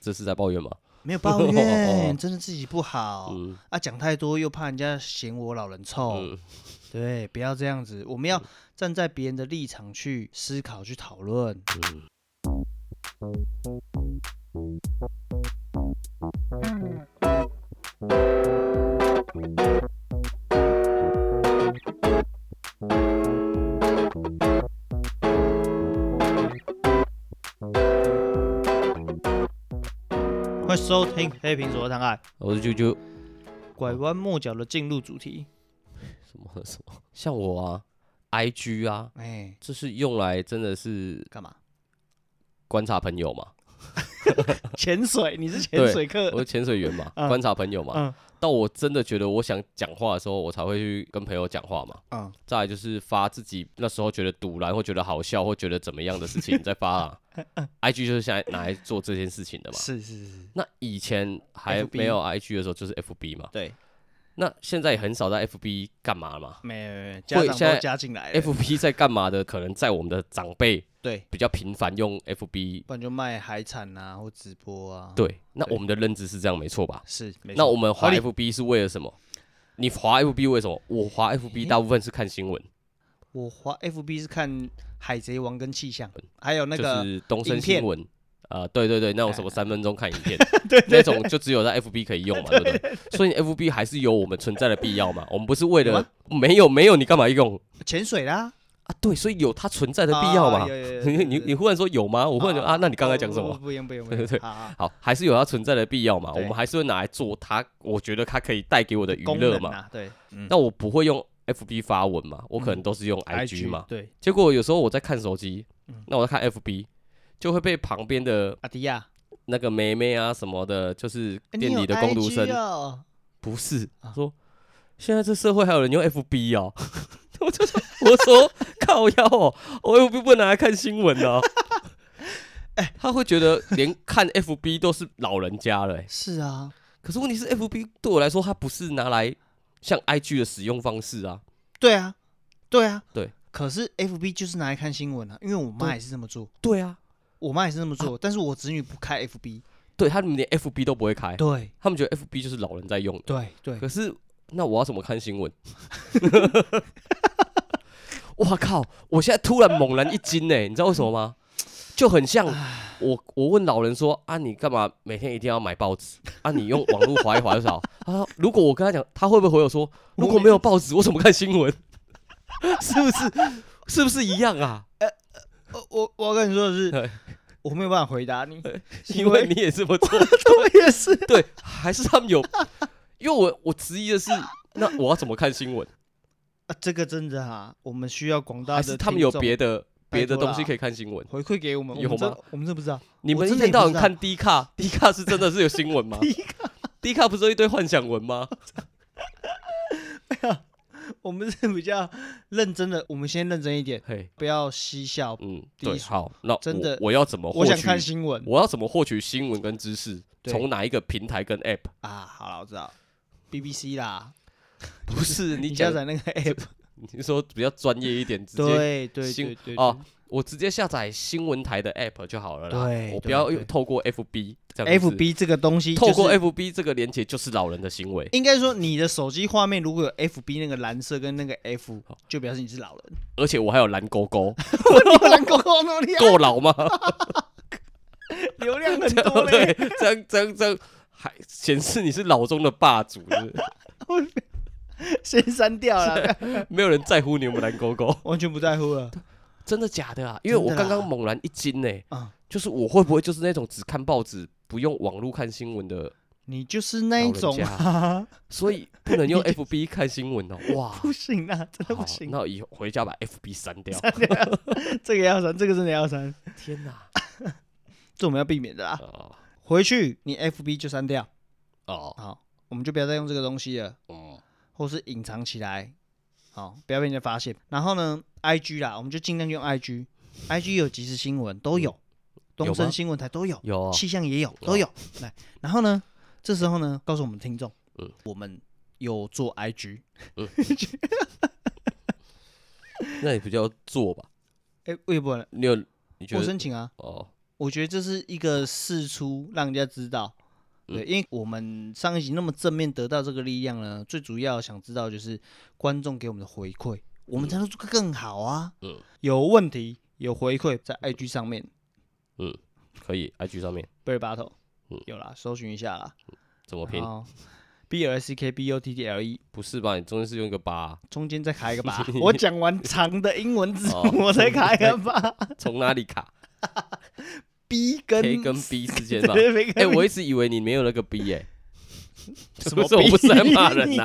这是在抱怨吗？没有抱哦 怨，真的自己不好、嗯啊，讲太多又怕人家嫌我老人臭，嗯 对，不要这样子，我们要站在别人的立场去思考、去讨论。嗯。欢迎收听《黑屏所的探案我就嗯就》，拐弯抹角的进入主题。什么什么，像我啊，IG 啊，哎、这是用来真的是干嘛？观察朋友嘛， 潜水？你是潜对水我客？是潜水员嘛，嗯观察朋友嘛。嗯到我真的觉得我想讲话的时候，我才会去跟朋友讲话嘛。嗯，再来就是发自己那时候觉得堵然或觉得好笑或觉得怎么样的事情再发 啊。IG 嗯就是现在拿来做这件事情的嘛。是是是，那以前还 FB 没有 IG 的时候，就是 FB 嘛。对，那现在也很少在 FB 干嘛了 嘛。没有没有没有，家长现都在加进来了。 FB 在干嘛的，可能在我们的长辈对，比较频繁用 FB。不然就卖海产啊，或直播啊。，对，那对我们的认知是这样，没错吧？是。没那错我们合滑理 FB 是为了什么？你滑 FB 为什么？我滑 FB 大部分是看新闻，我滑 FB 是看《海贼王》跟气象，还有那个、嗯就是东影森片新闻。啊，对对对，那种什么三分钟看影 片，那种就只有在 FB 可以用嘛，对不对？所以 FB 还是有我们存在的必要嘛。我们不是为有了没有没有你干嘛用潜水啦，啊？对，所以有它存在的必要嘛啊有。有有有 你有哦你有你忽然说有吗？我忽然觉得啊，那你刚才讲什不么？不不用不用不啊对用，对对好好好，还是有它存在的必要嘛。我对们还是会拿来做它，我觉得它可以带给我的娱功乐能嘛。啊，对，嗯那我不会用 FB 发文嘛，我可能嗯都是用 IG 嘛。对，结果有时候我在看手机嗯，那我在看 FB，就会被旁边的阿迪亚，那个妹妹啊什么的，就是哎店里的工读，你有生， IG 哦不是啊说现在这社会还有人用 FB 哦， 我就说我说靠腰哦，我 FB 不能拿来看新闻 哦。哎，他会觉得连看 FB 都是老人家了、哎是啊，可是问题是 FB 对我来说，它不是拿来像 IG 的使用方式啊。对啊，对啊，对。可是 FB 就是拿来看新闻啊，因为我妈对啊也是这么做，对啊，我妈也是这么做，但是我子女不开 FB，对他们连 FB 都不会开，对他们觉得 FB 就是老人在用的。对对，可是那我要怎么看 新闻？哇靠！我现在突然猛然一惊呢、你知道为什么吗？就很像我，我问老人说啊，你干嘛每天一定要买报纸啊？你用网络划一划就 好。他说，如果我跟他讲，他会不会回我说，如果没有报纸，我怎么看新闻？ 是不是？是不是一样啊？我我我跟你说的对是，我没有办法回答你， 因 为你也这么做，我也是，对，还是他们 有？因为我我质疑的是，那我要怎么看新闻？啊这个真的啊，我们需要广大还的是听众，他们有别的拜别的托东西啦可以看新闻？回馈给我们，有我们真吗？我们真不知道，你们真一天的也到不晚知道看 D 卡，D 卡是真的是有新闻 吗？D 卡不是有一堆幻想文吗？我们是比较认真的，我们先认真一点，嘿，不要嬉笑。嗯，低对，俗好，那真我的我要怎么获我想看取？新闻我要怎么获取新闻跟知识？对从哪一个平台跟 App？啊，好了，我知道，BBC 啦， 不是你 你下讲，载那个 app， 你说比较专业一点，直接对对新对对，哦，我直接下载新闻台的 App 就好了啦对。我不对要对用透过 FB 这样子。 ，FB 这个东西透就是过 FB 这个连接就是老人的行 为，应该说你的手机画面如果有 FB 那个蓝色跟那个 F，好就表示你是老人。 而且我还有蓝勾 勾，你不能够够那么 厉害，够老吗？流量很对多不嘞 对，？这样这样这样，还显示你是老中的霸主，是不 是 先删掉了，没有人在乎你有没有蓝勾勾，完全不在乎了。 真的假的啊？因为我真的刚啦刚猛然一惊呢、嗯啊就是我会不会就是那种只看报纸不用网络看新闻的，你就是那一种老人啊，所以不 能用 FB 看新 闻哦、哇， 不行啊，真的好不行，那以后回家把 FB 删掉。这个要删，这个真的要删，天哪！这我们要避免的啦。 哦回去你 FB 就删掉，哦，好，我们就不要再用这个东西了，嗯，或是隐藏起来，好，不要被人家发现。然后呢，IG 啦，我们就尽量用 IG，IG 有即时新闻都有，东有吗森新闻台都有，嗯有哦气象也有，都有。来，然后呢，这时候呢，告诉我们听众，嗯我们有做 IG，那你不叫做吧？哎、微博呢你有你觉我得申请啊，哦？我觉得这是一个事出让人家知道。对，嗯因为我们上一集那么正面得到这个力量呢，最主要想知道就是观众给我们的回馈，我们才能做得更好啊。嗯有问题有回馈在 IG 上面嗯，可以，IG 上面贝尔巴头嗯，有啦，搜寻一下啦。怎么拼？好 B L C K B U T T L E，不是吧？你中间是用一个八 啊，中间再卡一个 八。我讲完长的英文字哦母，我再卡一个八。从哪里卡 B ？K 跟跟 B 之间吧？对 B 哎，跟我一直以为你没有那个 B 哎，什不么是我不是在骂人 B 呐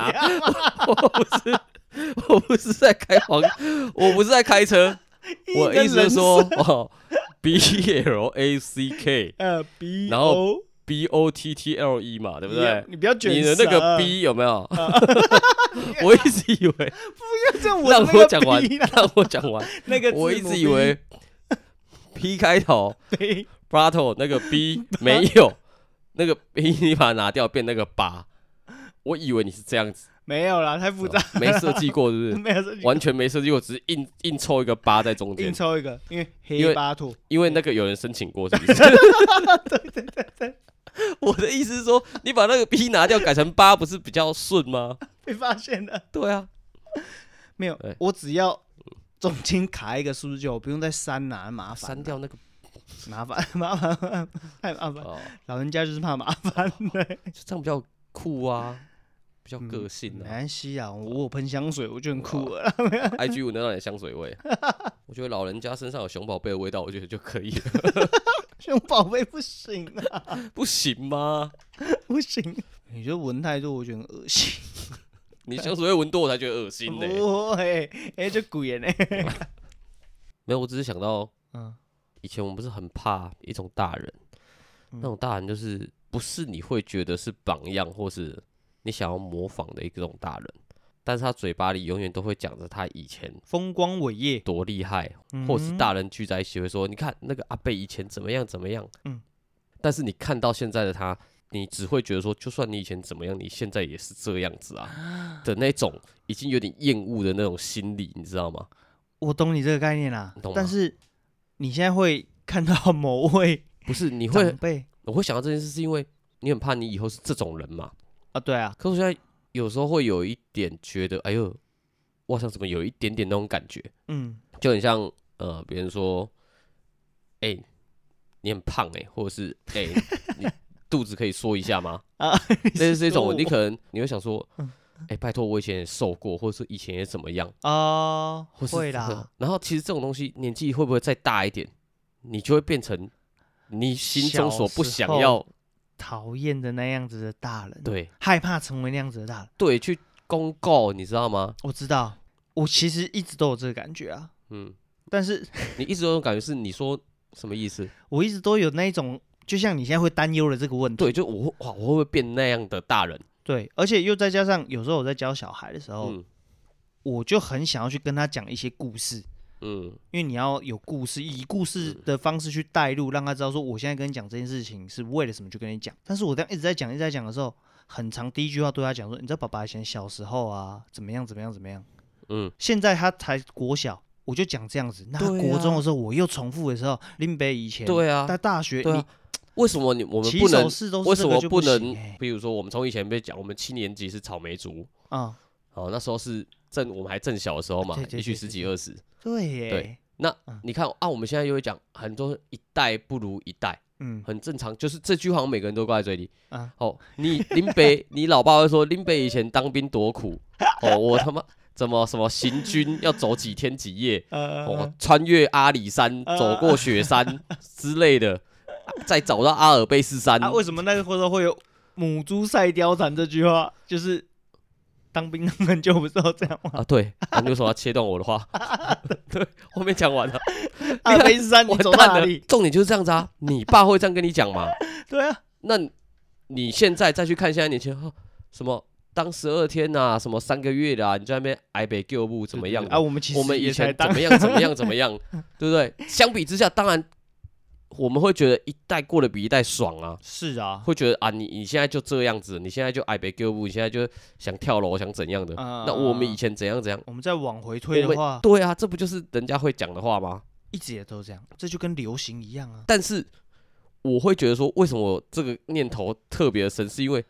啊？我不是，我不是在开 黄，我不是在开车，我的意思是说，哦，B L A C K 呃，B，然后 B O T T L E 嘛，对不对？你不要卷你的那个舌啊 B 有没有？ 我一直以为， 这样让 我我讲完， 让我讲完。那个我一直以为 P 开头 B ，Brato 那个 B 没有，那个 B 你把它拿掉变那个八，我以为你是这样子，没有啦，太复杂，没设计过 是不 是？没有这句完全没设计过，只是硬硬凑一个八在中硬间，抽一个，因为因黑为巴兔因为那个有人申请过，是不是？对 对对对。 我的意思是说，你把那个 B 拿掉改成八，不是比较顺吗？被发现了，对啊，没有对，我只要中间卡一个数字就好，不用再删啦，麻烦删掉那个麻烦麻烦太麻烦，哦，老人家就是怕麻烦的，这样比较酷啊，比较个性没啊。关系啊，我有喷香水，我就很酷了， IG 闻得到你的香水 味，我觉得老人家身上有熊宝贝的味道，我觉得就可以了， 熊宝贝不行啊，不行吗？不行，啊你就闻太多，我觉得很恶心。你香水味闻多我才觉得恶心呢、不会，哎、就鬼呢、没有，我只是想到嗯，以前我们不是很怕一种大人，嗯那种大人就是不是你会觉得是榜样或是你想要模仿的一种大人，但是他嘴巴里永远都会讲着他以前风光伟业，多厉害，嗯或者是大人聚在一起会说，你看那个阿贝以前怎么样怎么样，嗯，但是你看到现在的他，你只会觉得说，就算你以前怎么样，你现在也是这样子 啊的那种已经有点厌恶的那种心理，你知道吗？我懂你这个概念啦你懂，吗但是你现在会看到某位不是，你会长辈我会想到这件事，是因为你很怕你以后是这种人嘛。啊，对啊，可是我现在有时候会有一点觉得，哎呦，我好像怎么有一点点那种感觉，嗯就很像呃，别人说，哎、你很胖哎、或者是哎、你肚子可以缩一下 吗？啊， 类似这种，你立刻可能你会想说嗯，哎、拜托，我以前也瘦过，或者是以前也怎么样，哦，或是会这个啦，。然后其实这种东西，年纪会不会再大一点，你就会变成你心中所不想小时要候讨厌的那样子的大人，，对害怕成为那样子的大人，对去公告，你知道吗？我知道，我其实一直都有这个感觉啊，嗯，但是你一直有种感觉是你说什么意思？我一直都有那一种，就像你现在会担忧的这个问题，对，就我会哇，我会不会变那样的大人？对，而且又再加上有时候我在教小孩的时候，嗯我就很想要去跟他讲一些故事，嗯因为你要有故事，以故事的方式去带入，让他知道说我现在跟你讲这件事情是为了什么去跟你讲。但是我这样一直在讲，一直在讲的时候，很长第一句话对他讲说，你知道爸爸以前小时候啊，怎么样怎么样怎么样。嗯，现在他才国小，我就讲这样子。那他对啊国中的时候，我又重复的时候，林北以前对啊在，大学，对啊，为什么你我你们起不能手？式都为是什这个么就不行能欸？比如说，我们从以前被讲，我们七年级是草莓族，啊？哦，那时候是正我们还正小的时候嘛对，对也许对十对几二十。对耶对，那嗯你看啊，我们现在又会讲很多一代不如一代，嗯很正常，就是这句好像每个人都挂在嘴里。啊，哦，你林北，你老爸会说林北以前当兵多苦，哦，我他妈怎么什么行军要走几天几夜，哦呃，，穿越阿里山，呃走过雪 山之类的，啊再找到阿尔卑斯山，啊，为什么那个时候会有“母猪赛貂蝉”这句话？就是当兵当很久不是都这样 吗？啊，对，啊，你为什么要切断我的 话？ 对，我没讲完啊，阿卑斯山，你完走到哪蛋了里？。重点就是这样子啊，你爸会这样跟你讲吗？对啊，那你现在再去看现在年轻人，哦什么当十二天呐、什么三个月的啊，你在那边挨北救不怎么样对的对对啊？我们其实我们以也才前当怎么样怎么样怎么 样，对不对？相比之下，当然我们会觉得一代过得比一代爽啊，是啊，会觉得啊，你你现在就这样子，你现在就矮北 Q 步，你现在就想跳楼，想怎样的？啊那我们以前怎样怎样？我们再往回推我的们话，对啊，这不就是人家会讲的话吗？一直也都这样，这就跟流行一样啊。但是我会觉得说，为什么我这个念头特别的深，是因为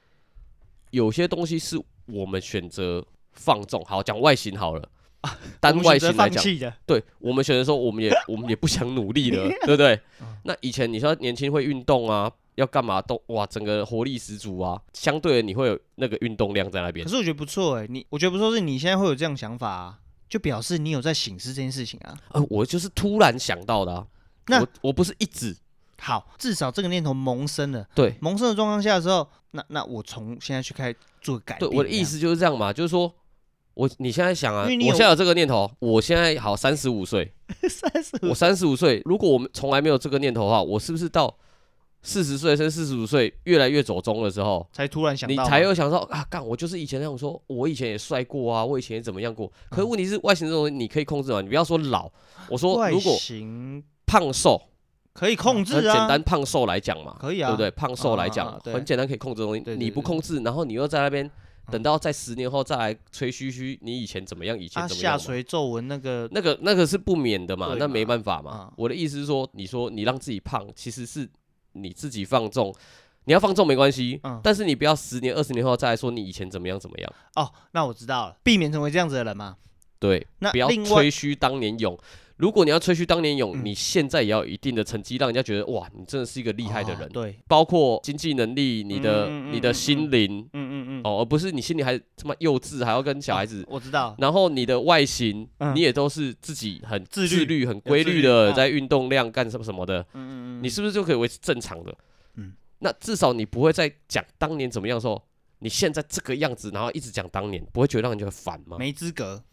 有些东西是我们选择放纵。好，讲外形好了，啊我单们外选择形来放讲，弃的，对我们选择说，我们也我们也不想努力 了，对不对？啊那以前你说年轻会运动啊，要干嘛都哇，整个活力十足啊，相对的你会有那个运动量在那边可。是我觉得不错哎、你我觉得不错是你现在会有这样想法、啊，就表示你有在醒思这件事情啊。呃，我就是突然想到的、啊，那我我不是一直好，至少这个念头萌生了。对萌生的状况下的时候，那那我从现在去开始做改对变。啊我的意，思就是这样嘛，就是说我你现在想啊，因为你我有现在有这个念头，我现在好三十五岁， 三十我五，三十五岁，如果我们从来没有这个念头的话，我是不是到四十岁甚至四十五岁越来越走中的时候，才突然想你到吗，才有想到啊，干我就是以前那种说，我以前也帅过啊，我以前也怎么样嗯过。可是问题是外形这种东西你可以控制嘛，你不要说老，我说外如果形胖瘦，可以控制很啊，简单胖瘦来讲嘛，可以啊，对不对？？胖瘦来讲，啊啊啊对很简单可以控制的东西，对对你不对嗯控制，然后你又在那边等到在十年后再来吹嘘嘘，你以前怎么样，以前啊，怎么样下嘛。垂皱纹那个那个那个是不免的嘛，对那嘛没办法嘛。啊我的意思是说，你说你让自己胖，其实是你自己放纵，你要放纵没关系，嗯但是你不要十年二十年后再来说你以前怎么样怎么样，哦，那我知道了，避免成为这样子的人嘛。对，那不要啊另外吹嘘当年勇。如果你要吹嘘当年勇，嗯你现在也要有一定的成绩，让人家觉得哇，你真的是一个厉害的哦人，对，包括经济能力、你的、嗯嗯嗯你的嗯心嗯灵、嗯嗯嗯，哦哦，而不是你心里还这么幼稚，还要跟小孩子。我知道，然后你的外形，嗯你也都是自己很自律自律、很自规律律的，嗯在运动量干什么什么的，嗯嗯嗯，你是不是就可以维持正常的？嗯那至少你不会在讲当年怎么样的时候，你现在这个样子，然后一直讲当年，不会觉得让人觉得烦吗？没资格。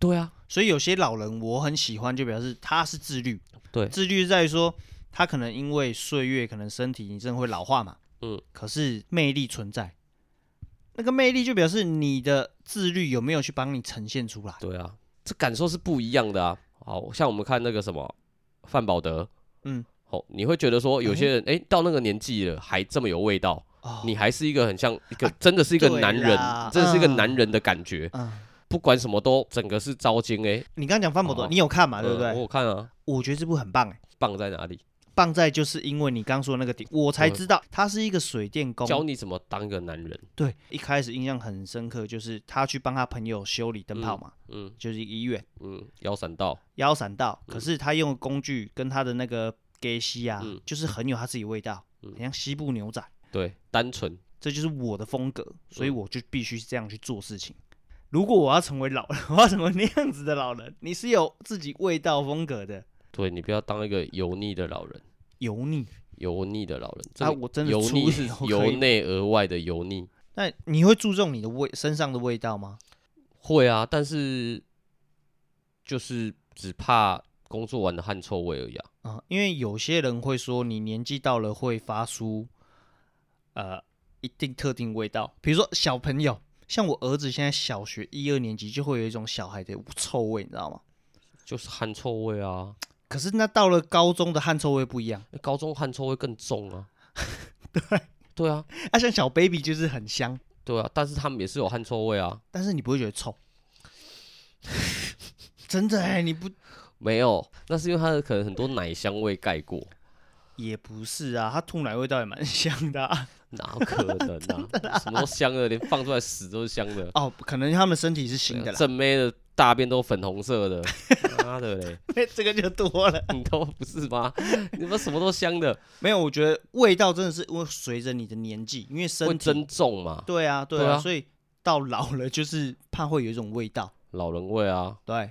对啊，所以有些老人我很喜欢，就表示他是自律。哦对自律是在于说他可能因为岁月，可能身体你真的会老化嘛。嗯，可是魅力存在，那个魅力就表示你的自律有没有去帮你呈现出来。对啊，这感受是不一样的啊。好像我们看那个什么范宝德，嗯，哦，你会觉得说有些人，哎、到那个年纪了还这么有味道，哦，你还是一个很像一个，真的是一个啊对男人啦，真的是一个嗯男人的感觉，嗯，不管什么都整个是糟心哎。你刚刚讲范伯德，哦你有看嘛？呃对不我对？有看啊，我觉得这部很棒哎，棒在哪里？棒在就是因为你刚说的那个点，我才知道他是一个水电工。教你怎么当一个男人。对，一开始印象很深刻，就是他去帮他朋友修理灯泡嘛，嗯就是一个医院嗯，腰闪到，腰闪到，可嗯是他用的工具跟他的那个给西啊，嗯就是很有他自己味道，嗯很像西部牛仔，对，单纯这就是我的风格，所以嗯我就必须这样去做事情。如果我要成为老人，我要成为那样子的老人，你是有自己味道风格的，对你不要当一个油腻的老人，油腻。油腻的老人。啊这个我真的油出腻是油可由以内而外的油腻。那你会注重你的味身上的味道吗？会啊，但是就是只怕工作完的汗臭味而已啊。啊、因为有些人会说你年纪到了会发出呃一定特定味道，比如说小朋友，像我儿子现在小学一二年级就会有一种小孩的臭味，你知道吗？就是汗臭味啊，可是那到了高中的汗臭味不一样，欸高中汗臭味更重 啊。对，对啊，啊，像小 baby 就是很香，对啊，但是他们也是有汗臭味啊。但是你不会觉得臭， 真的哎、你不没有，那是因为它的可能很多奶香味盖过，也不是啊，他吐奶味道也蛮香的、啊、哪有可 能啊？什么都香的，连放出来屎都是香的。哦，可能他们身体是新对的啊啦，正妹的大便都粉红色的， 妈的嘞， 这个就多了。你都不是吗？ 你们什么都香的，没有，我觉得味道真的是会随着你的年纪，因为会身体增重嘛？对啊，对对啊，啊所以到老了就是怕会有一种味道，老人味啊，对。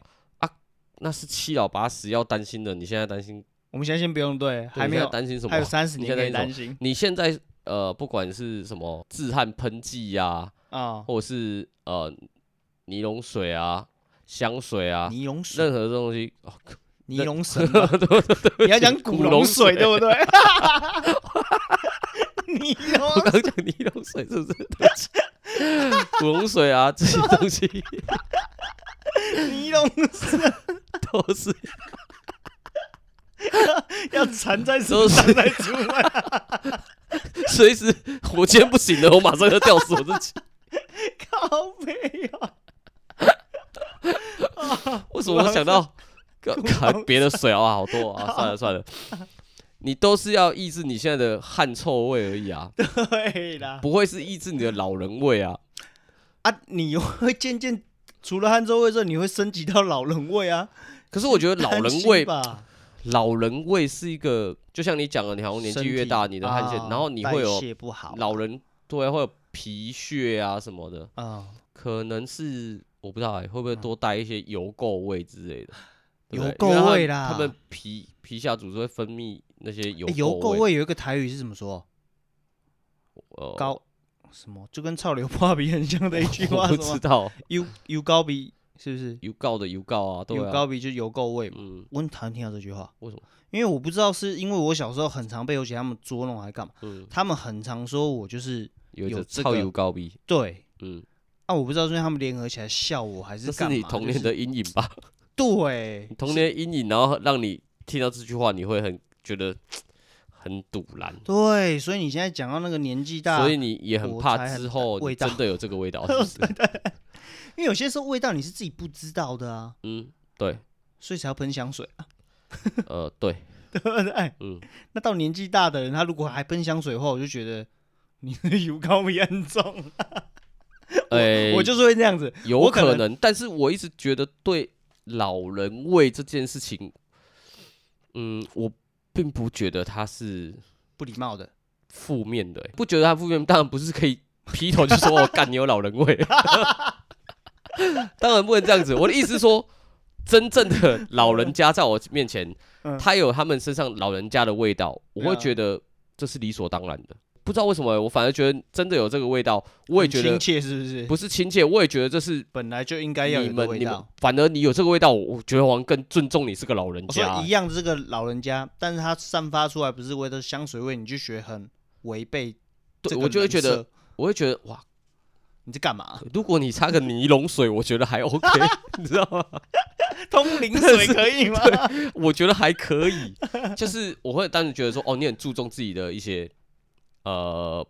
那是七老八十要担心的。你现在担心，我们现在先不用对，对还没你现在有，担心什么还有？三十你年现可在以担担心你现在呃，不管是什么自汗喷剂呀，啊。或者是呃尼龙水啊、香水啊，尼龙水，任何这东西， 哦尼龙神嘛， 你要讲古龙水对不对？尼我龙，刚讲尼龙水是不是？ 对不起古龙水啊，这些东西尼龙都是要缠在手上再出来，随时 我今天不行了，我马上要吊死我自己。靠背啊！ 为什么我想到靠靠别的水啊，好多啊，算了算了。你都是要抑制你现在的汗臭味而已 啊，对啦，不会是抑制你的老人味啊。啊，你会渐渐除了汉州味之后，你会升级到老人味啊，可是我觉得老担人心 味，吧，老人味是一个，就像你讲的，你好像年纪越大，你的汗腺，啊然后你代会有谢不好老人对啊会有皮屑啊什么的，啊，可能是我不知道、欸、会不会嗯多带一些油垢味之类的，对 不对因为油垢他们味啦他们皮皮下组织会分泌那些油欸油垢垢，味有一个台语是怎么说？呃高什么？就跟臭流破比很像的一句 哦我话，不什知么道油油高比是不是？油膏的油膏啊，对油啊，高比就是油垢味嘛。嗯，我很讨厌听到这句话，为什么？因为我不知道是因为我小时候很常被我姐他们捉弄，还干嘛？嗯，他们很常说我就是有一有个这超个油膏鼻，对嗯，啊，我不知道是因为他们联合起来笑我还这是是干嘛。你童就是年的阴影吧？ 对你童年阴影，然后让你听到这句话，你会很觉得很堵然，对，所以你现在讲到那个年纪大，所以你也很我怕才很之后味你道真的有这个味道，是不是？ 因为有些时候味道你是自己不知道的啊，嗯，对，所以才要喷 香水啊，呃，对，对不对？嗯，那到年纪大的人，他如果还喷香水的话，我就觉得你的油膏味很重，哎，我就是会这样子。有我可可能，但是我一直觉得对老人味这件事情，嗯，我并不觉得它是不礼貌的，负面的欸、不觉得它负面，当然不是可以劈头就说我 干你有老人味，当然不能这样子。我的意思是说，真正的老人家在我面前嗯，他有他们身上老人家的味道，我会对啊觉得这是理所当然的。不知道为什么欸、我反而觉得真的有这个味道，我也很觉亲得切是不是？不是亲切，我也觉得这是本来就应该要你有的们味你们道。，反而你有这个味道，我我觉得好像更尊重你是个老人我说家啊哦一。样，这个老人家，但是他散发出来不是味道，香水味，你就觉得很违背这个对，人设。我就会觉得，我会觉得哇，你在干嘛？如果你擦个尼龙水，我觉得还 OK，你知道吗？通灵水可 以吗？我觉得还可以，就是我会当时觉得说，哦，你很注重自己的一些呃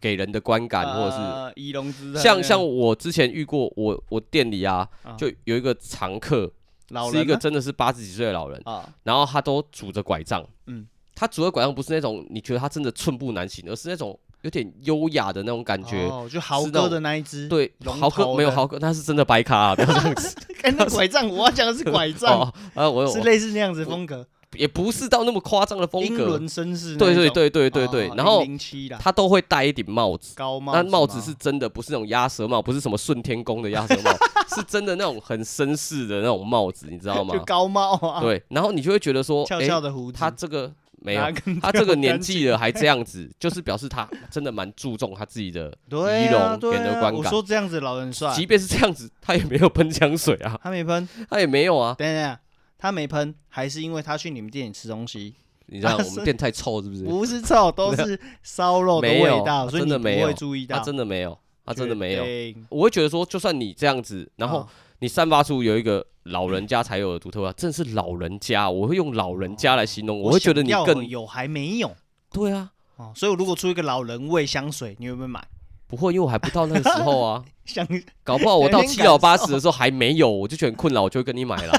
给人的观感，或者是呃仪容姿态那像样像我之前遇过，我我店里啊啊，就有一个常客，老是一人个啊真的是八十几岁的老人，啊，然后他都拄着拐杖，嗯嗯，他拄着拐杖不是那种你觉得他真的寸步难行，而是那种有点优雅的那种感觉。哦，就豪是那哥种的那一只。，对，龙豪头哥没有的豪哥，他是真的白卡、啊，不要这样子。 哎，那拐杖，我要讲 的是拐 杖，哦，啊，我有是类似那样子的风格，也不是到那么夸张的风英格，伦绅士那一种。哦对啊对对对对对。然后零七啦，他都会戴一顶帽子，高帽，那帽子是。真的，不是那种鸭舌帽，不是什么顺天宫的鸭舌 帽，是真的那种很绅士的那种帽子，你知道吗 就？高帽啊，，对，然后你就会觉得说， 翘诶翘的胡子，他这个没有哪， 根他这没有个年干纪了还这样 子，就是表示他真的蛮注重他自己的，对仪啊容对给人的啊观我感说这样子老人帅，即便是这样子，他也没有喷香水啊， 他没喷，他也没有啊，等一下，他没喷，还是因为他去你们店里吃东西，你知道啊我们店太臭是不是？不是臭，都是烧肉的没有味道，他所以真你的不没有会注意到，他真的没有，他真的没有。有，我会觉得说，就算你这样子，然后啊你散发出有一个老人家才有的独特味，真的是老人家，我会用老人家来形容，我会觉得你嗯想要更有还没有对啊，哦，所以我如果出一个老人味香水，你会不会买？ 不会，因为我还不到那个时候啊，香搞不好我到有点七感老八受十的时候还没有，我就觉得很困扰，我就会跟你买 了。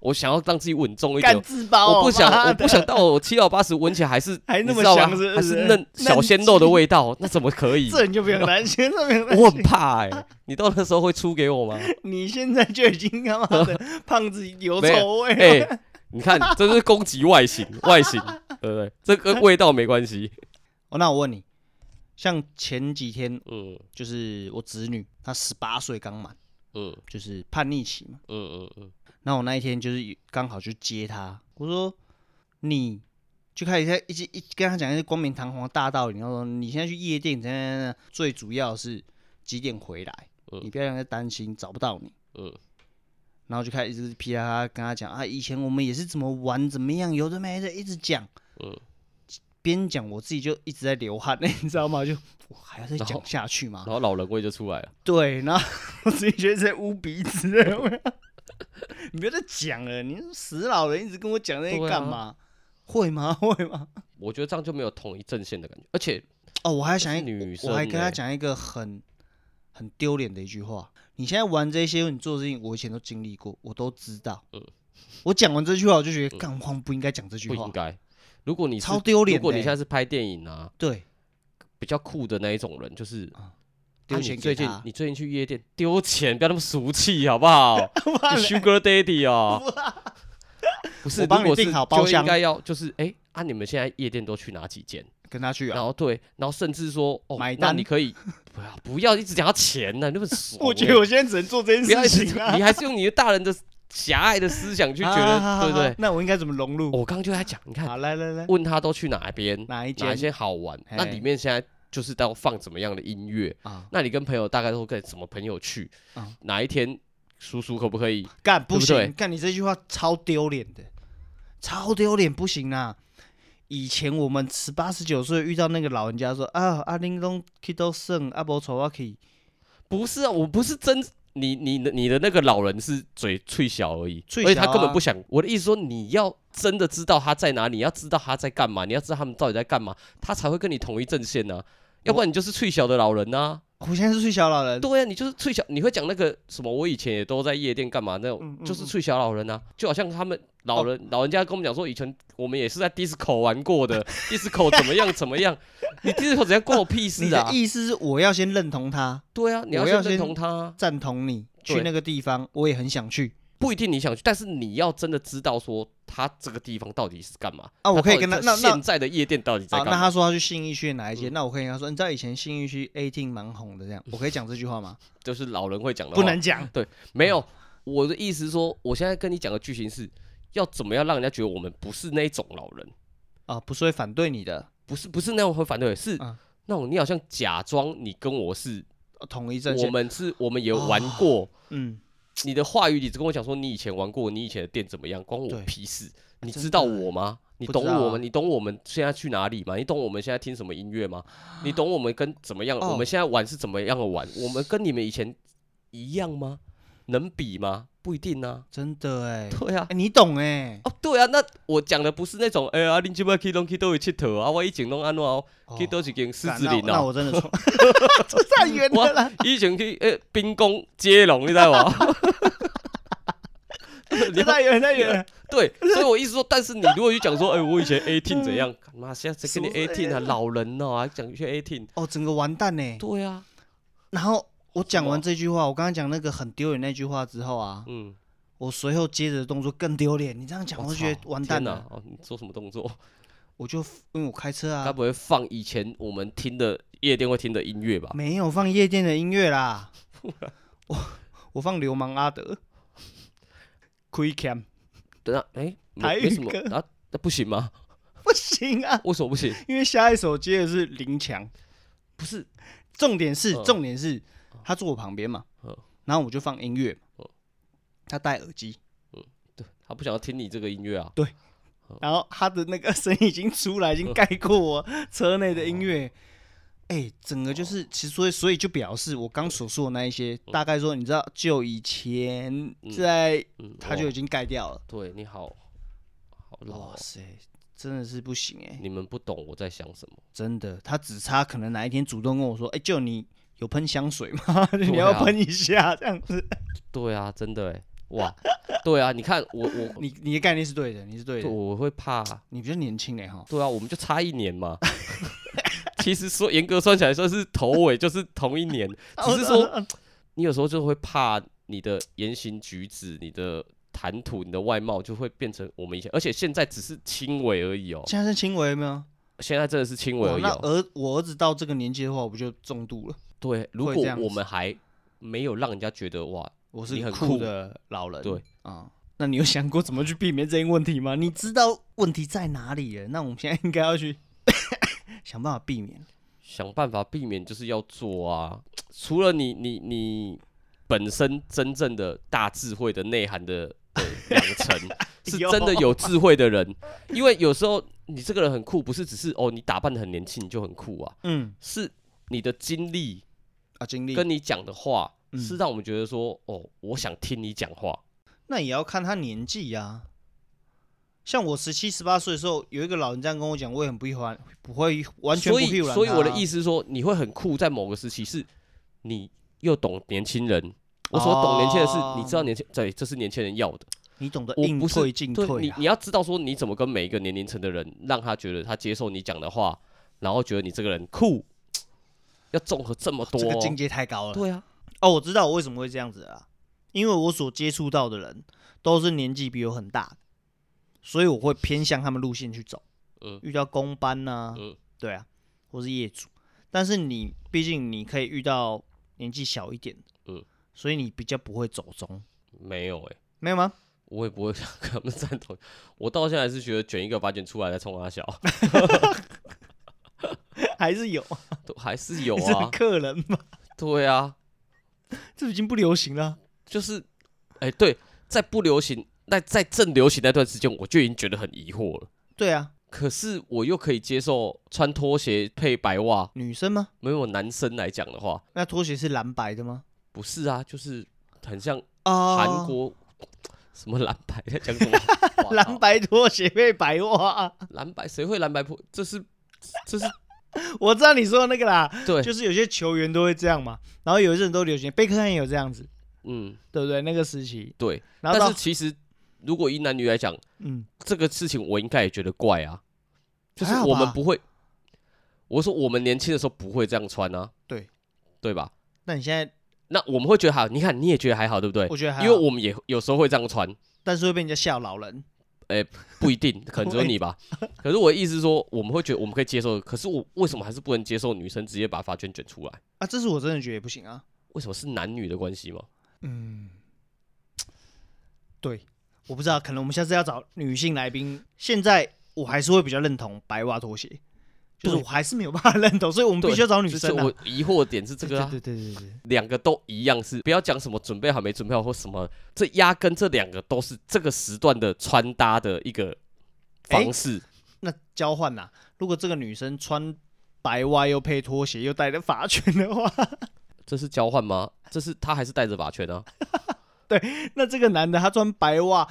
我想要让自己稳重一点干，自包哦，我不想， 妈我的不想到我七老八十闻起来还是还那么你知道吗香是不是还是嫩小鲜肉的味道，那怎么可以？这你就不用担心，这不用担我很心。怕哎、你到那时候会出给我吗？你现在就已经他 妈的胖子油没臭味了，哎、你看，这是攻击外形，外形对不对？这跟味道没关系。哦，那我问你，像前几天嗯就是我侄女，她十八岁刚满，嗯就是叛逆期嘛。嗯嗯嗯，然后我那一天就是刚好去接她，我说你就开始在一直一跟她讲一些光明堂皇的大道理，然后说你现在去夜店，怎样怎样怎样，最主要是几点回来，嗯你不要让她担心找不到你。嗯然后就开始一直噼里啪啦跟她讲啊，以前我们也是怎么玩怎么样，有的没的，一直讲。嗯，边讲我自己就一直在流汗， 你知道吗？就我还要再然后讲下去吗然？后老人味就出来了。对，然后我自己觉得在捂鼻子，有没有你不要再讲了，你是死老人一直跟我讲那些对啊干嘛？会吗？ 会吗？我觉得这样就没有统一阵线的感觉，而且哦，我还想一是女生我还跟欸他讲一个很很丢脸的一句话。你现在玩这些，你做的事情，我以前都经历过，我都知道。嗯我讲完这句话，我就觉得，干，我好像不应该讲这句不话应。该。如果你是超丢脸如果的你欸现在是拍电影啊，对，比较酷的那一种人，就是丢啊你钱给最近他你最近去夜店丢钱，不要那么俗气好不 好你？Sugar Daddy 哦，不是，我帮你如果是订好包厢就应该要就是哎啊，你们现在夜店都去哪几间？跟他去然啊。后对，然后甚至说哦，买那单你可以不要不要一直讲到钱呢，那么俗欸。我觉得我现在只能做这不要件一事直情讲，啊，你还是用你的大人的狭隘的思想去觉 啊得，对不？好好好对？哦那我应该怎么融入？我刚刚就在讲，你看好，来来来，问他都去哪边，哪哪一一间些好玩，那嘿里面现在就是都放怎么样的音乐？啊？那你跟朋友大概都跟什么朋友去嗯？哪一天叔叔可不可以？干对不不对行，干你这句话超丢脸的，超丢脸，不行啦！以前我们十八十九岁遇到那个老人家说啊，阿玲拢去都剩，阿伯丑我去，不是啊，我不是真。你你的你的那个老人是嘴脆小而已，脆而且他小根本啊不想。我的意思说，你要真的知道他在哪里，你要知道他在干嘛，你要知道他们到底在干嘛，他才会跟你同一阵线呢、要不然你就是脆小的老人啊呐、我现在是最小老人，对啊呀、你就是脆小，你会讲那个什么？我以前也都在夜店干嘛那种，嗯嗯就是嗯哦脆小老人啊，就好像他们老人、老人家跟我们讲说，以前我们也是在 disco 玩过的 ，disco 怎么样怎么 样，你 disco 怎样关我屁你事啊的？意思是我要先认同他，对啊，你我要要先认先同他啊，赞同你对去那个地方，我也很想去不一定你想去，但是你要真的知道说他这个地方到底是干嘛啊我可以到底跟他在那那现在的夜店到底在啊。干那嘛？嗯他说他去信义区的哪一间？那我可以跟他说，你知道以前信义区 eighteen 蛮红的，这样我可以讲这句话 吗？就是老人会讲的话，不能讲，没有，我的意思说，我现在跟你讲的剧情是要怎么样让人家觉得我们不是那种老人。哦啊，不是会反对你的，不是不是那种很反对，是、嗯那种你好像假装你跟我是，呃统一阵我线，们是我们也玩过，嗯，你的话语里只跟我讲说你以前玩过，你以前的店怎么样，关我对啊屁事。你真知道的我吗？你不懂知道我啊们？你懂我们现在去哪里吗？你懂我们现在听什么音乐 吗？你懂我们跟怎么样？我哦们现在玩是怎么样的玩？我们跟你们以前一样吗？能比吗？不一定啊。真的哎、对啊 哎，你懂哎、哦对啊，那我讲的不是那种，哎、呀，恁即摆去拢去倒位佚佗啊，我以前拢安怎哦，去倒一间狮干子那林那哦。我真的错， 这太远了啦。 以前去诶冰宫接龙，你知道 吗？你这要太远太远了，对，所以我意思说，但是你如果去讲说，哎、我以前 eighteen 怎样，嗯干嘛现在谁跟你什么 eighteen 啊，老人哦、还讲去 eighteen，哦，整个完蛋呢、对啊，然后我讲什完么这句话，我刚刚讲那个很丢脸那句话之后啊，嗯，我随后接着的动作更丢脸。你这样讲，我就觉操得完蛋天了哪。哦，你做什么动作？我就因为我开车该啊，不会放以前我们听的夜店会听的音乐吧？没有放夜店的音乐啦， 我我放流氓阿德 q u i c k Cam 对啊，哎、没台语没什么歌啊，那不行吗？不行啊，为什么不行？因为下一首接的是林强。不是，重点是，嗯重点是他坐我旁边嘛嗯，然后我就放音乐嗯，他戴耳机，他不想要听你这个音乐啊。然后他的那个 声音已经出来，嗯已经盖过我车内的音乐。哎，整个哦就是，其实所以所以就表示我刚所说的那一些，大概说，你知道，就以前在嗯，他哦就已经盖掉了。对你好，好老哦、哇塞，真的是不行哎，你们不懂我在想什么。真的，他只差可能哪一天主动跟我说，哎，就你有喷香水 吗？你对要啊喷一下这样子。对啊，真的哎，哇，对啊，你看我我 你你的概念是对的，你是对对的。我会怕，你比较年轻哎哈，对啊，我们就差一年嘛。 其实说严格算起来，算是头尾就是同一年，只是 说你有时候就会怕你的言行举止、你的谈吐、你的外貌就会变成我们以前，而且现在只是轻微而已哦，现在是轻微没有？现在真的是轻微哇而已那哦。儿我儿子到这个年纪的话，我不就重度了？对，如会果这样我子们还没有让人家觉得哇，我是你很酷酷的老人。对啊、那你有想过怎么去避免这些问题吗？你知道问题在哪里了？那我们现在应该要去 想办法避免。想办法避免，就是要做啊。除了你你你本身真正的大智慧的内涵的的养 成，是有真的有智慧的人。因为有时候你这个人很酷，不是只是哦你打扮的很年轻你就很酷啊，嗯，是你的经历啊，经历跟你讲的话，嗯是让我们觉得说哦我想听你讲话。那也要看他年纪呀、啊。像我十七、十八岁的时候，有一个老人这样跟我讲，我也很不喜欢，不会啊完全不所以喜欢、所以我的意思，思是说，你会很酷，在某个时期是你又懂年轻人。我所懂年轻人是，你知道年轻对，这是年轻人要的。你懂得我应不是退进对退你啊，你要知道说你怎么跟每一个年龄层的人，让他觉得他接受你讲的话，然后觉得你这个人酷，要综合这么多这个哦、境界太高了。对啊，哦，我知道我为什么会这样子了啦，因为我所接触到的人都是年纪比我很大的，所以我会偏向他们路线去走。嗯遇到公班呐、嗯对啊，或是业主，但是你毕竟你可以遇到年纪小一点的，嗯所以你比较不会走中，没有哎、没有吗？ 我也不会想跟他们赞同。我到现在还是觉得卷一个把卷出来再冲他笑，还是有， 都还是 有你是啊，客人吗？对啊，这已经不流行了。就是哎、对，在不流行，那在正流行那段时间，我就已经觉得很疑惑了。对啊，可是我又可以接受穿拖鞋配白袜，女生吗？没有男生来讲的话，那拖鞋是蓝白的吗？不是啊，就是很像哦，韩国啊什么蓝白在讲什 么？哇靠蓝白拖鞋配白袜，蓝白谁会蓝白破？这是这是 我知道你说的那个啦，对，就是有些球员都会这样嘛，然后有一阵都流行，贝克汉也有这样子，嗯对不对？那个时期，对。然后但到是其实如果以男女来讲，嗯，这个事情我应该也觉得怪啊，就是还好我们吧不会，我说我们年轻的时候不会这样穿啊，对对吧？那你现在那我们会觉得好，你看你也觉得还好，对不对？我觉得还好，因为我们也有时候会这样穿，但是会被人家笑老人，不一定，可能只有你吧。可是我的意思是说，我们会觉得我们可以接受，可是我为什么还是不能接受女生直接把发圈卷出来？啊，这是我真的觉得也不行啊。为什么是男女的关系吗？嗯，对，我不知道，可能我们下次要找女性来宾。现在我还是会比较认同白袜拖鞋，就是对我还是没有办法认同，所以我们必须要找女就是生啊我。疑惑的点是这个啊，对对对对对，两个都一样是，不要讲什么准备好没准备好或什么，这压根这两个都是这个时段的穿搭的一个诶方式。那交换啦、如果这个女生穿白袜又配拖鞋又戴着发圈的话， 这是交换吗？这是他还是带着法圈啊？那这个男的他穿白袜、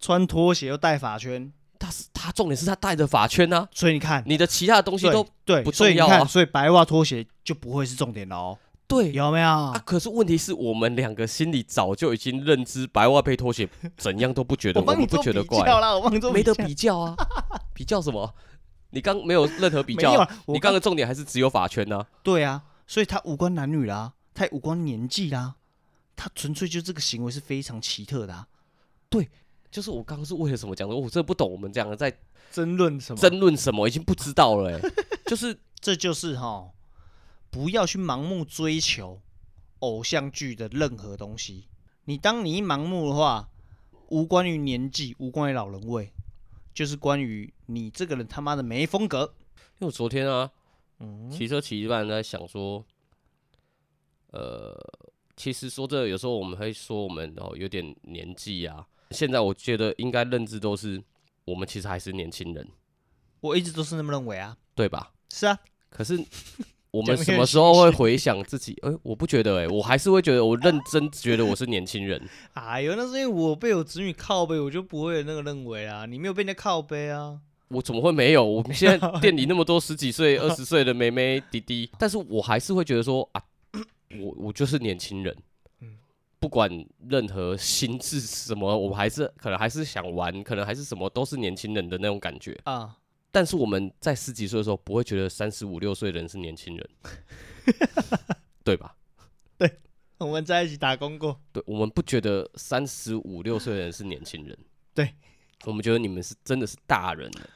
穿拖鞋又戴发圈，他是他重点是他带着法圈啊，所以你看，你的其他的东西对都对，不所以重你要啊看，所以白袜拖鞋就不会是重点喽，对有没有？啊，可是问题是我们两个心里早就已经认知白袜配拖鞋怎样都不觉得，我我帮们你不做觉比得较怪，啦，我帮你做没得较比较 啊，比较什么？你刚没有任何比没较有啊，啦，我你刚刚的重点还是只有法圈呐、啊。对啊，所以他无关男女啦，他也无关年纪啦，他纯粹就这个行为是非常奇特的、啊。就是我刚刚是为了什么讲的？我真的不懂我们这样的在争论什么？争论什么，已经不知道了、 欸。就是这就是哈，不要去盲目追求偶像剧的任何东西。你当你一盲目的话，无关于年纪，无关于老人味，就是关于你这个人他妈的没风格。因为我昨天啊，嗯，骑车骑一半在想说，呃，其实说真的，有时候我们会说我们哦有点年纪啊。现在我觉得应该认知都是我们其实还是年轻人，我一直都是那么认为啊。对吧？是啊，可 是我们讲得什有么点时候心会虚回想自己？哎、我不觉得哎、我还是会觉得我认真觉得我是年轻人。哎呦，那是因为我被我子女靠背，我就不会有那个认为啊。你没有被人家靠背啊。我怎么会没有？我们现在店里那么多十几岁、二十岁的妹妹弟弟，但是我还是会觉得说啊，我我就是年轻人，嗯不管任何心智什么，我还是可能还是想玩，可能还是什么都是年轻人的那种感觉。啊，但是我们在十几岁的时候，不会觉得三十五六岁的人是年轻 人，对吧？我们在一起打工过，对，我们不觉得三十五六岁的人是年轻人， 对我们觉得你们是真的是大人了。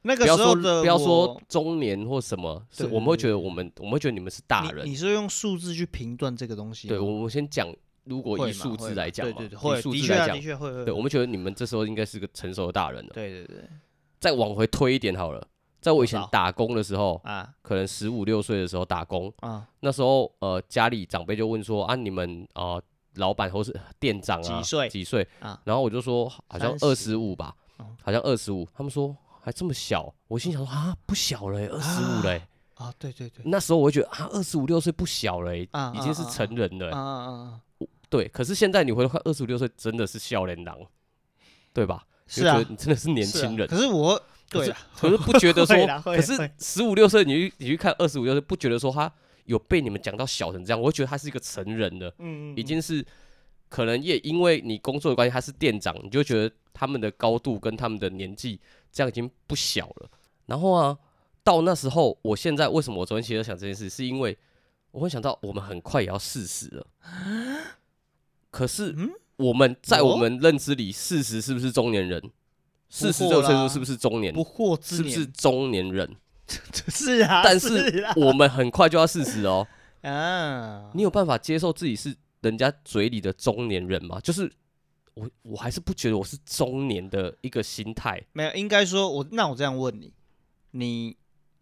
那个不要时候说的不要我说中年或什么，是对我们会对觉得我们我们会觉得你们是大你人你。是用数字去评断这个东西吗？对，我们先讲，如果会以嘛数会字嘛来讲对嘛，对对，以会数的字确来啊的讲，确会会，对，我们觉得你们这时候应该是个成熟的大人了。对对对再往回推一点好了，在我以前多少打工的时候，啊可能十五六岁的时候打工，啊，那时候呃家里长辈就问说啊你们啊、呃老板或是店长啊几岁几岁啊然后我就说好像二十30五吧嗯，好像二十五，他们说还这么小，我心想说啊不小了欸，二十五了欸。啊，对对对，那时候我会觉得啊，二十五六岁不小了、欸，啊已经是成人了欸、啊啊啊，对，可是现在你回头看，二十五六岁真的是笑脸郎，对吧？是你啊就觉得你真的是年是啊轻人，可是我可对是啊，可是不觉得说会啦，会可是会十五六岁你去你去看二十五六岁，不觉得说他有被你们讲到小成这样，我会觉得他是一个成人了，嗯，嗯已经是可能也因为你工作的关系，他是店长，你就觉得他们的高度跟他们的年纪这样已经不小了。然后啊，到那时候，我现在为什么我昨天其实有想这件事，是因为我会想到我们很快也要四十了，可是嗯我们在我们认知里，四十是不是中年人？四十这个岁数是不是中年？嗯不惑之是不年是中年人？是啊，但是是啊我们很快就要四十哦。啊，你有办法接受自己是人家嘴里的中年人吗？就是我，我还是不觉得我是中年的一个心态。没有，应该说我那我这样问你，你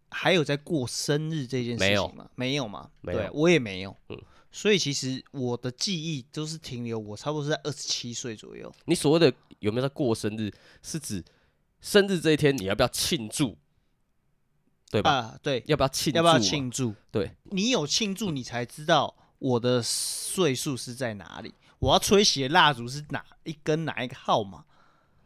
还有在过生日这件事没有情吗？没有嘛？没有对，我也没有。嗯所以其实我的记忆都是停留，我差不多是在二十七岁左右。你所谓的有没有在过生日，是指生日这一天你要不要庆祝，对吧？啊，对，要不要庆祝？要不要？庆祝？对，你有庆祝，你才知道我的岁数是在哪里，我要吹熄的蜡烛是哪一根哪一个号码。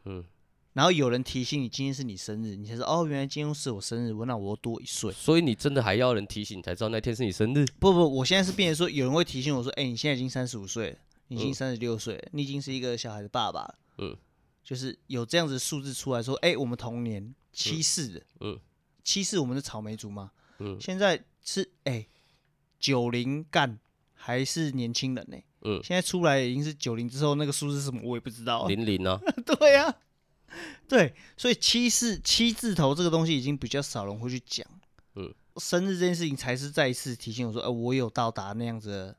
嗯，然后有人提醒你今天是你生日，你才说哦，原来今天是我生日，我那我又多一岁。所以你真的还要人提醒你才知道那天是你生日？不不，我现在是变成说，有人会提醒我说，哎、你现在已经三十五岁了，你已经三十六岁了，你已经是一个小孩的爸爸了。嗯，就是有这样子的数字出来说，哎、我们同年七四的，嗯七四我们是草莓族嘛，嗯现在是哎九零干还是年轻人呢、嗯，现在出来已经是九零之后，那个数字是什么我也不知道啊、零零啊， 对呀、对，所以七四七字头这个东西已经比较少人会去讲。嗯，生日这件事情才是再一次提醒我说，呃，我有到达那样子的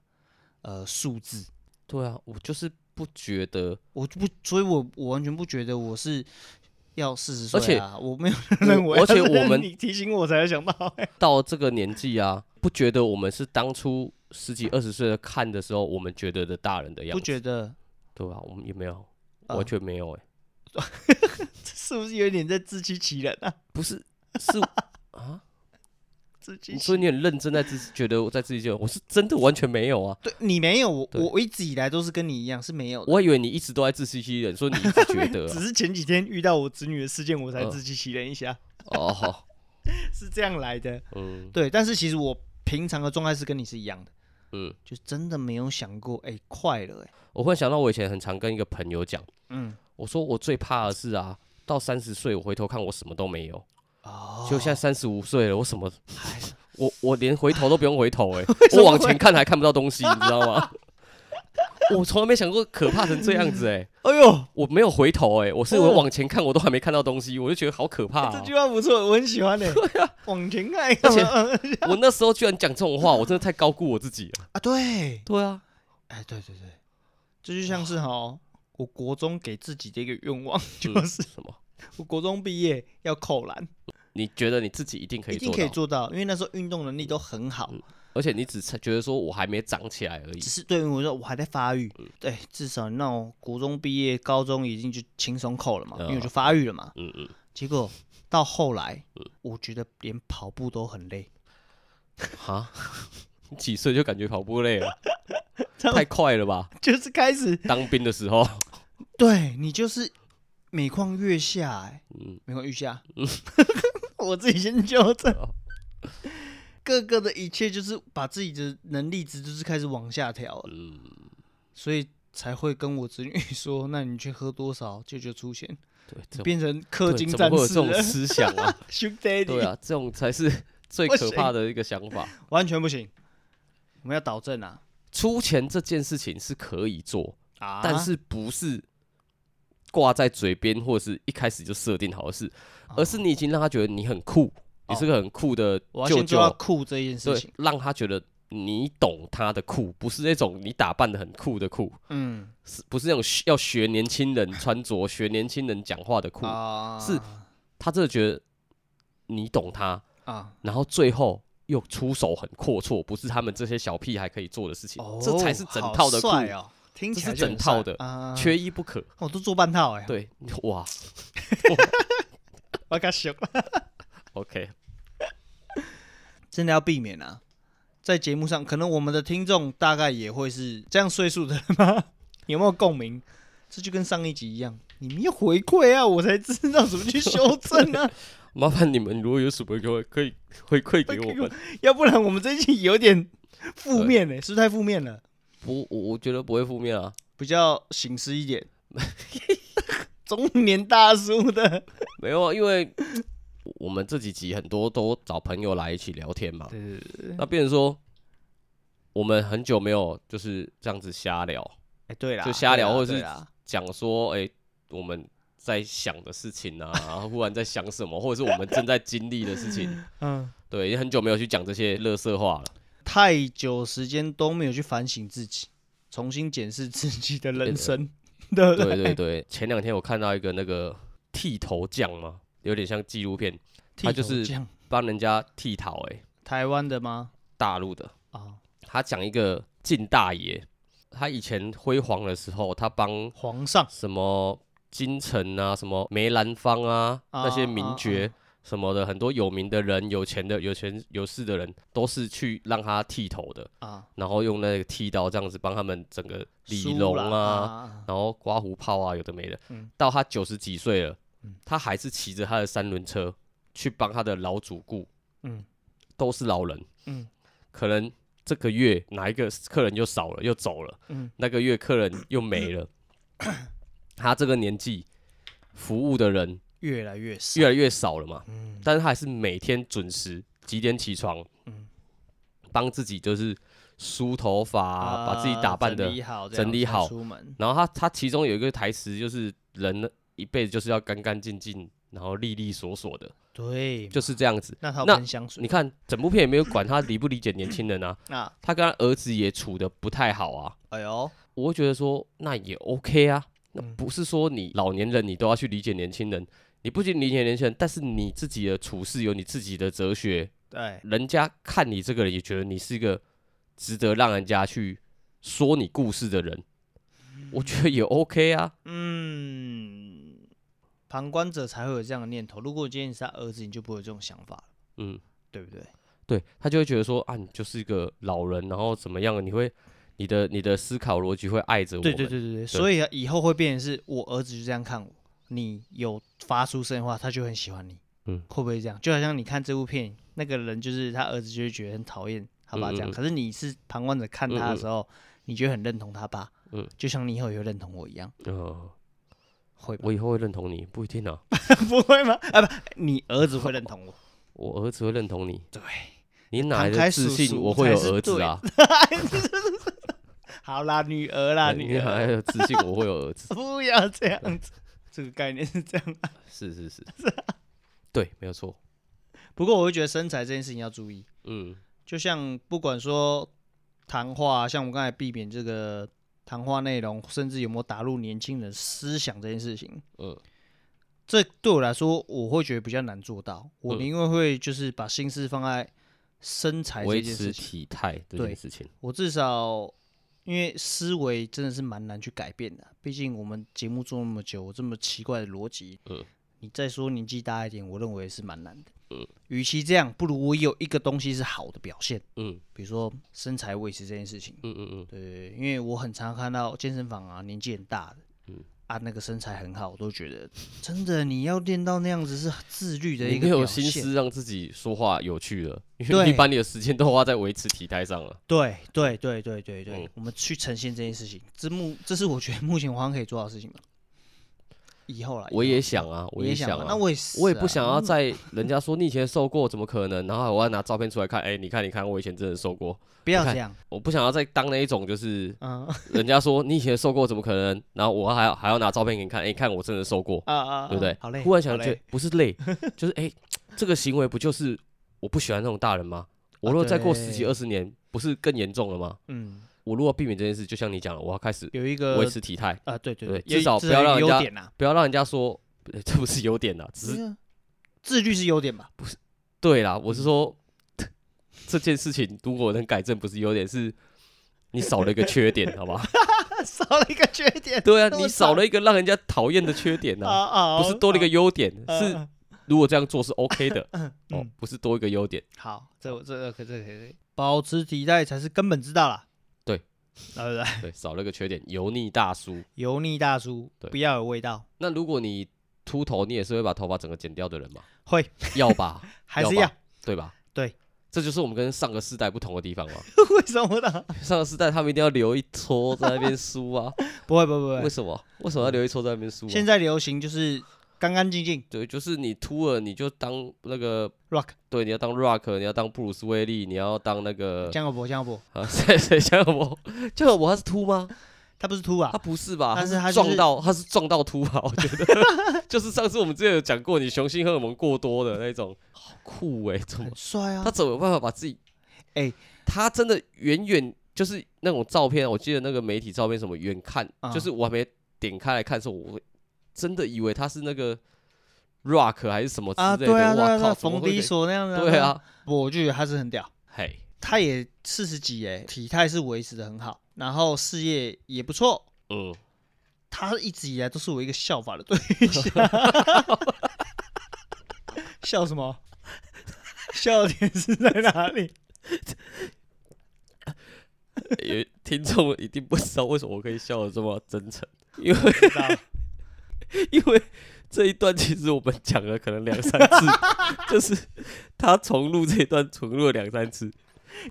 呃数字，对啊，我就是不觉得，我就不，所以我我完全不觉得我是。要四十而岁啊！我没有我认为，而且但是我们 你提醒我才想到、哎到这个年纪啊，不觉得我们是当初十几二十岁的看的时候，我们觉得的大人的样不子，觉得对吧、我们也没有，啊完全没有哎、这是不是有点在自欺欺人啊？不是，是啊，自欺欺所以你很认真在自己觉得我在自己就我是真的完全没有啊，对你没有，我对我我一直以来都是跟你一样是没有的，我以为你一直都在自欺欺人，所以你一直觉得只 啊、是前几天遇到我侄女的事件，我才嗯自欺欺人一下，哦， 好，是这样来的。嗯对，但是其实我平常的状态是跟你是一样的，嗯，就真的没有想过，哎、快了、哎，我忽然想到我以前很常跟一个朋友讲，嗯，我说我最怕的是啊，到三十岁我回头看我什么都没有，哦就现在像三十五岁了，我什么还是我我连回头都不用回 头哎、什么我往会前看还看不到东西，你知道吗？ 我从来没想过可怕成这样子哎、哎呦，我没有回头哎、我是我往前看我都还没看到东西，我就觉得好可怕、哦哎这啊。句话不错，我很喜欢、哎，对啊，往前看，而且 嗯我那时候居然讲这种话，我真的太高估我自己了。啊，对，对啊，哎、对对对，这就像是哈，我国中给自己的一个愿望，就是嗯 什么？我国中毕业要扣篮，你觉得你自己一定可以一定做可以到，做到，嗯因为那时候运动能力都很好，而且你只是觉得说我还没长起来而已只。是对于我说我还在发育，对，至少那种国中毕业、高中已经就轻松扣了嘛，因为我就发育了嘛，嗯嗯，结果到后来，我觉得连跑步都很累， 哈，你几岁就感觉跑步累了，这样太快了吧？就是开始当兵的时候，对你就是每况愈下、欸，嗯，每况愈下。 我自己先纠正哦，各个的一切就是把自己的能力值就是开始往下调了，嗯，所以才会跟我侄女说：“那你去喝多少，舅舅出钱，对，怎么变成氪对金怎么战会有这士种了。思想啊？” 兄弟，对啊，这种才是最不可怕的一个想法。完全不行，我们要导正啊！出钱这件事情是可以做，啊，但是不是挂在嘴边或者是一开始就设定好的事，哦而是你已经让他觉得你很酷，你是个很酷的我要舅先做到舅，酷这件事对情。，让他觉得你懂他的酷，不是那种你打扮的很酷的酷，嗯，是不是那种学要学年轻人穿着、学年轻人讲话的酷？啊，是他真的觉得你懂他，啊，然后最后又出手很阔绰，不是他们这些小屁孩可以做的事情，哦，这才是整套的酷，好帅哦，听起来这是就很整套帅的啊，缺一不可。我都做半套哎，对，哇我搞笑， ，OK，真的要避免啊，在节目上，可能我们的听众大概也会是这样岁数的人吗？ 有没有共鸣？这就跟上一集一样，你们要回馈啊，我才知道怎么去修正 啊，麻烦你们如果有什么给我可以 回馈给我给我们。要不然欸我们这一集有点负面呢，是不是太负面了？不，我我觉得不会负面啊，比较醒狮 一点，中年大叔的。没有啊，因为我们这几集很多都找朋友来一起聊天嘛，对对对，那变成说我们很久没有就是这样子瞎聊，哎对啦，就瞎聊对啦或者是对啦讲说哎、我们在想的事情啊， 然后忽然在想什么，或者是我们正在经历的事 情，嗯，对，也很久没有去讲这些乐色话了。太久时间都没有去反省自己，重新检视自己的人生，对 不对对对，前两天我看到一个那个剃头匠嘛，有点像纪录片，剃他就头是匠帮人家剃头、哎，台湾的吗？大陆的，啊，他讲一个靳大爷，他以前辉煌的时候，他帮皇上什么金城啊、什么梅兰芳啊啊那些名角什么的，很多有名的人、有钱的、有钱有势的人，都是去让他剃头的，啊，然后用那个剃刀这样子帮他们整个理梳容啦啊，啊，然后刮胡泡啊，有的没的。嗯到他九十几岁了嗯，他还是骑着他的三轮车去帮他的老主顾，嗯都是老人，嗯可能这个月哪一个客人又少了，又走了，嗯那个月客人又没 了，他这个年纪服务的人越来越少，越来越少了嘛，嗯但是他还是每天准时几点起床，嗯帮自己就是梳头发啊、把自己打扮的整理好这样，整理才好出门，然后他他其中有一个台词就是人一辈子就是要干干净净，然后利利索索的，对，就是这样子。那他有那喷香水，你看整部片也没有管他理不理解年轻人啊，那他跟他儿子也处的不太好啊。哎呦，我会觉得说那也 OK 啊，那嗯不是说你老年人你都要去理解年轻人，你不仅理解年轻人，但是你自己的处事有你自己的哲学，对，人家看你这个人也觉得你是一个值得让人家去说你故事的人，我觉得也 OK 啊。嗯，旁观者才会有这样的念头。如果今天你是他儿子，你就不会有这种想法了，嗯，对不对？对他就会觉得说啊，你就是一个老人，然后怎么样？你会你的你的思考逻辑会爱着我对们。对对对对，所以啊以后会变成是我儿子就这样看我，你有发出声音的话，他就很喜欢你，嗯会不会这样？就好像你看这部片，那个人就是他儿子就会觉得很讨厌他爸这嗯样，嗯嗯可是你是旁观者看他的时候，你就会很认同他爸，嗯就像你以后也会认同我一样，嗯、会吧？我以后会认同你，不一定啊， 不会吗？啊，不，你儿子会认同我，我儿子会认同你。对，你哪来唐的凯自叔信？叔我会有才是儿子啊！好啦，女儿啦， 你女哪来儿，的自信？我会有儿子。 不要这样子，这个概念是这样。是是 是，对，没有错。不过我会觉得身材这件事情要注意，嗯就像不管说谈话，啊像我们刚才避免这个谈话内容，甚至有没有打入年轻人思想这件事情，嗯这对我来说，我会觉得比较难做到。我嗯宁愿会就是把心思放在身材这维件事持情，体态这对件事情。我至少。因为思维真的是蛮难去改变的，毕竟我们节目做那么久，我这么奇怪的逻辑，嗯你再说年纪大一点，我认为是蛮难的。嗯与其这样，不如我有一个东西是好的表现，嗯比如说身材维持这件事情。嗯嗯嗯，对，因为我很常看到健身房啊，年纪很大的，嗯啊，那个身材很好，我都觉得真的你要练到那样子是自律的一你个没有表心现。思让自己说话有趣了，因为对你把你的时间都花在维持体态上了。对对对对对对，嗯我们去呈现这件事情，这目这是我觉得目前黄可以做到的事情吧。以后啦，我以后也想啊，我哎你也想嘛啊，那我也是啊、我也不想要嗯在人家说你以前瘦过，怎么可能？然后我要拿照片出来看，哎、你看，你看，我以前真的瘦过。不要你看这样，我不想要再当那一种，就是嗯啊人家说你以前瘦过，怎么可能？然后我还要还要拿照片给你看，哎、你看我真的瘦过， 啊啊，对不对？好嘞，忽然好想觉嘞得不是 累，就是哎、这个行为不就是我不喜欢那种大人吗？我如果再过啊对十几二十年，不是更严重了吗？嗯，我如果避免这件事，就像你讲的，我要开始有一个维持体态，啊，对对对也至少这不要是一个让人优家点啊，不要让人家说、 呃这不是优点啊，只是是自律是优点吧？对啦，嗯我是说 这件事情如果能改正，不是优点，是你少了一个缺点，好 吧？少了一个缺 点对啊，那么你少了一个让人家讨厌的缺点啊啊，啊，不是多了一个优点，啊是啊如果这样做是 OK 的哦嗯，不是多一个优点。好，这我这这可这可以，保持体态才是根本之道啦。对啊，对不 对？对，少了一个缺点，油腻大 叔。油腻大叔对不要有味道，那如果你 秃头，你也是会把头发整个剪掉的人嘛？会要吧，还是要要吧对吧？对，这就是我们跟上个世代不同的地方嘛。 为什么呢？上个世代他们一定要留一撮在那边输 啊，不会不会不为会，什么？为什么要留一撮在那边输、啊？现在流行就是干干净净对，就是你秃了，你就当那个， ，rock 对，你要当 Rock，你要当布鲁斯威利，你要当那个江小博江小博，啊， 谁谁江小博？江小博他是秃吗？他不是秃啊他，不是吧？但是他是就撞是到，他是撞到秃啊吧？我觉得 就是上次我们之前有讲过，你雄性荷尔蒙过多的那种，好酷哎、怎么很帅啊他，怎么有办法把自己？哎他真的远远就是那种照片，我记得那个媒体照片什么远看，啊就是我还没点开来看的时候，我真的以为他是那个 rock 还是什么之啊类对啊的，对哇啊对啊，靠，怎么冯会迪给所那样的，对，啊，我就觉得他是很屌。嘿，他也四十几哎，体态是维持的很好，然后事业也不错。嗯，他一直以来都是我一个效法的对象。 笑什么？笑点是在哪里？有听众一定不知道为什么我可以笑的这么真诚，因为不知道因为这一段其实我们讲了可能两三 次，就是他重录这一段重录了两三次，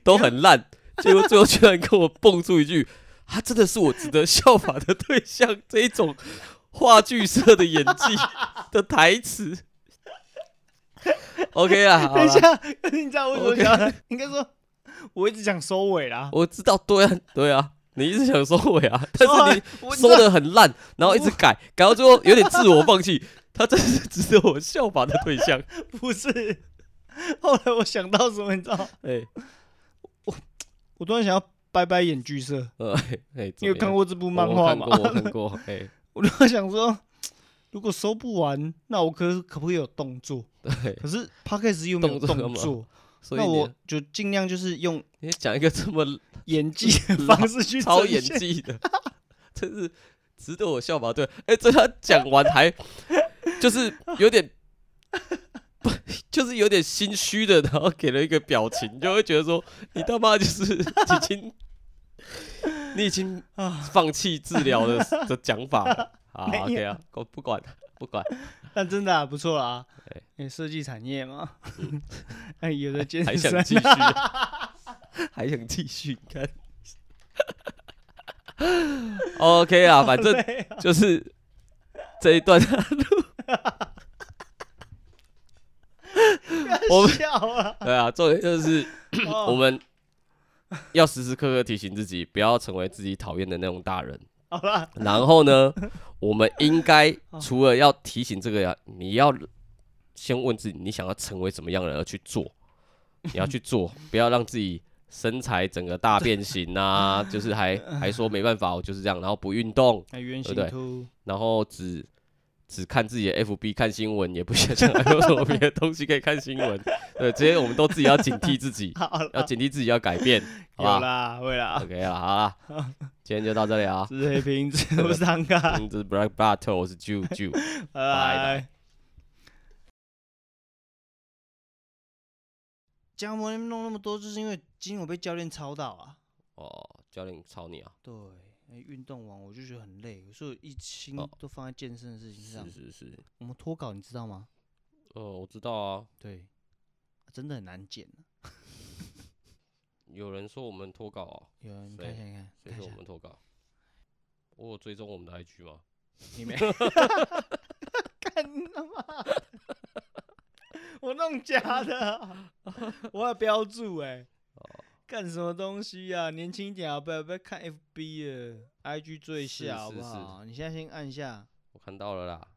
都很烂，结果最后居然跟我蹦出一句：“他真的是我值得效法的对象。”这一种话剧社的演技的台词。OK 啊，好等一啦，下，你知道为什么想到？应该说，我一直想收尾啦。我知道，对啊，对啊，你一直想收尾啊，但收是尾你我知收道的很烂，然后一直改，改到最后有点自我放弃。他真的是值得我效法的对象。不是。后来我想到什么，你知道吗？哎、我突然想要拜拜眼剧社。呃，哎，你有看过这部部漫画吗？哦我看过，我看过，哎，我就想说，如果收不完，那我可可不可以有动作？ 对，可是 p o c k e t 又没有动作干动嘛作，所以那你我就尽量就是用你讲一个这 么演技的方式去超呈演现。技的， 真是值得我效法。对，哎，这他讲完还就是有点不，就是有点心虚的，然后给了一个表情，就会觉得说你他妈就是已经你已经放弃治疗 的的讲法了啊啊没有，OK 啊，我不管不管，但真的、啊、不错啦对，因为设计产业嘛， 哎，有的 健还身想啊继续， 还想继续你看。OK 啊，反正对啊就是这一段 他录，我们笑 啊，对啊，重点就是我哦们要时时刻刻提醒自己，不要成为自己讨厌的那种大人。好啦， 然后呢，我们应该哦除了要提醒这个呀，你要先问自己，你想要成为什么样的人而去做， 你要去做，不要让自己身材整个大变形 啊，就是还还说没办法，我就是这样，然后不运动，哎，原对型不图，，然后只只看自己的 FB 看新闻，也不想想还有什么别的东西可以看新闻，对，这些我们都自己要警惕自己 好啦，要警惕自己要改变，好有吧啦，会 啦， ？OK 了，好啦， 今天就到这里啊。这是黑瓶子， 我是唐卡，嗯，这是 Black Battle，我是 Jew Jew。拜拜。江魔弄那么多，就是因为今天我被教练操到啊。哦，教练操你啊？对，哎运动完我就觉得很累，所以我一心哦都放在健身的事情上。是是，我们脱稿你知道吗？呃，我知道啊。对，真的很难剪、啊。有人说我们脱稿、哦，有啊，你谁看一下，你谁看，看一说我下，们脱稿？我有追踪我们的 IG 吗？你没 干他妈的！我弄假 的啊，我要标注哎、哦，干什么东西啊？年轻一点啊，不要不要看 FB 了，IG 啊最是下好是不是好？你现在先按一下。我看到了啦。